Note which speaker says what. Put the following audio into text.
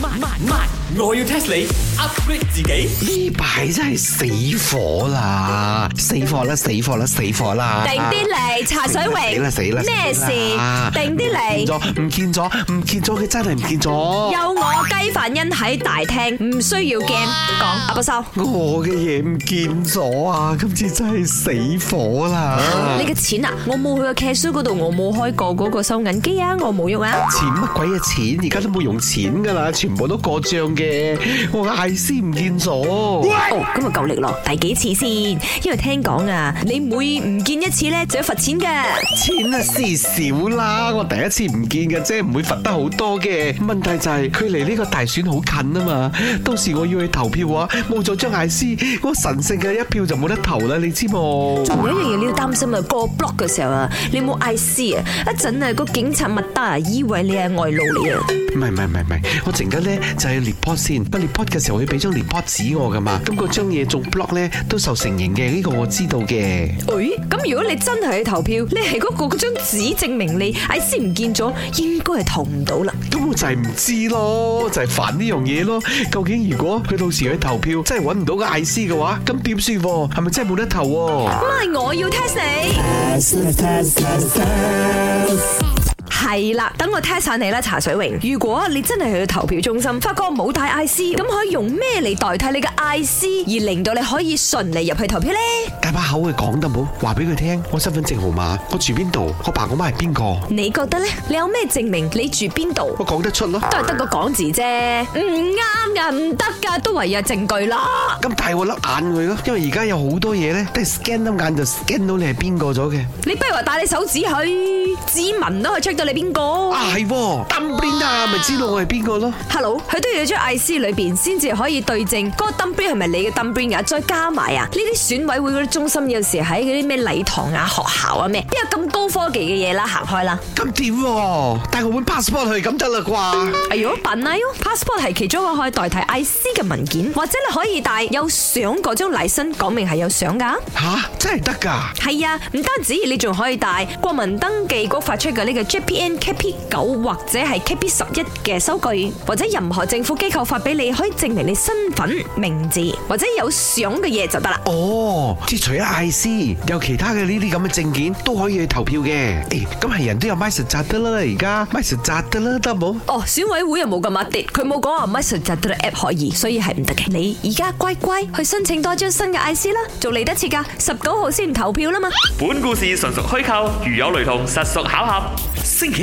Speaker 1: 慢慢慢，我要 test 你 upgrade 自己。
Speaker 2: 呢排真係死火啦！死火啦！死火啦！死火啦！
Speaker 3: 定啲嚟，茶水榮，
Speaker 2: 啊死啦死啦！死啦啊
Speaker 3: 咩事？定啲
Speaker 2: 唔見
Speaker 3: 嚟，
Speaker 2: 咗，唔見咗，唔見咗，佢真係唔見咗。
Speaker 3: 有我雞飯欣喺大廳，唔需要驚。講阿伯收，
Speaker 2: 我嘅嘢唔見咗啊！今次真係死火啦！
Speaker 3: 你嘅錢啊，我冇去過 cash 嗰度，我冇開過嗰個收銀機啊，我冇用啊。
Speaker 2: 錢乜鬼嘅錢？而家都冇用錢噶啦，全部都過帳嘅。我嘅 IC 唔見咗。
Speaker 3: 哦，咁啊夠力咯，第幾次先？因為聽講啊，你每唔見一次咧就要罰錢嘅。
Speaker 2: 錢啊，事少啦，我第一次唔見嘅啫，唔會罰得好多嘅。問題就係佢離呢個大選好近啊嘛，到時我要去投票啊，冇咗張艾斯，我神聖嘅一票就冇得投啦，你知冇？
Speaker 3: 仲有一樣嘢你要擔心啊，過 block 嘅時候啊，你冇 IC 啊，一陣啊個警察麥得啊，以為你係外勞嚟啊。
Speaker 2: 唔係唔係唔係唔係，我陣間咧就係 report 先，個 report 嘅時候佢俾張 report 紙我噶嘛，咁嗰張嘢中 block 咧都受承認嘅，呢個我知道嘅。
Speaker 3: 誒，咁如果你真係去投票，你係嗰個嗰張紙證明你 IC 唔見咗，應該係投唔到啦。
Speaker 2: 咁我就係唔知咯，就係煩呢樣嘢咯。究竟如果佢到時去投票真係揾唔到個 IC 嘅話，咁點算喎？係咪真係冇得投喎？
Speaker 3: 唔係，啊我要 test 你。係啦，等我 test 下你啦，茶水榮。如果你真係去投票中心，發覺冇帶 IC，咁可以用咩嚟代替你嘅 IC，而令到你可以順利入去投票呢？
Speaker 2: 大把口去講得冇，話俾佢聽我身份證號碼，我住邊度，我爸我媽係邊個，
Speaker 3: 你覺得呢？你有咩證明你住邊度？
Speaker 2: 我講得出咯。
Speaker 3: 都係得個講字啫，唔啱噶，唔得噶，都唯有證據啦。
Speaker 2: 咁大我粒眼佢咯，因為而家有好多嘢咧，都係 scan 粒眼就 scan 到你係邊個咗嘅。
Speaker 3: 你不如話帶你手指去指紋都可以 check 到你邊個。
Speaker 2: 啊係喎，thumbprint 啊，咪知道我係邊個咯。
Speaker 3: Hello，佢都要將 IC 裏邊先至可以對證嗰個 dumpling 係咪你嘅 dumpling 啊？再加埋啊，呢啲選委會嗰啲中心有時喺嗰啲咩禮堂啊、學校啊咩，邊有咁高科技嘅嘢啦？行開啦！
Speaker 2: 咁點喎？帶我本 passport 去咁得啦啩？
Speaker 3: 哎呦，笨啊喲！passport 係其中一個可以代替 IC 嘅文件，或者你可以帶有相嗰張禮身，講明係有相㗎。
Speaker 2: 吓，真係得㗎？
Speaker 3: 係啊，唔單止你仲可以帶國民登記局發出嘅呢個 JPN KP 九或者係 KP 十一嘅收據，或者任何政府機構發俾你，可以證明你身份、名字或者有相嘅嘢就得啦。
Speaker 2: 哦，即係除咗 IC，有其他嘅呢啲咁嘅證件都可以去投票嘅。誒，咁係人都有 my 實扎得啦，而家 my 實扎得啦，得冇？
Speaker 3: 哦，選委會又冇咁 update，佢冇講話 message 就得 app 可以，所以係唔得嘅。你而家乖乖去申請多張新嘅 IC 啦，仲嚟得切㗎，十九號先投票啦嘛。
Speaker 4: 本故事純屬虛構，如有雷同，實屬巧合。
Speaker 5: 星期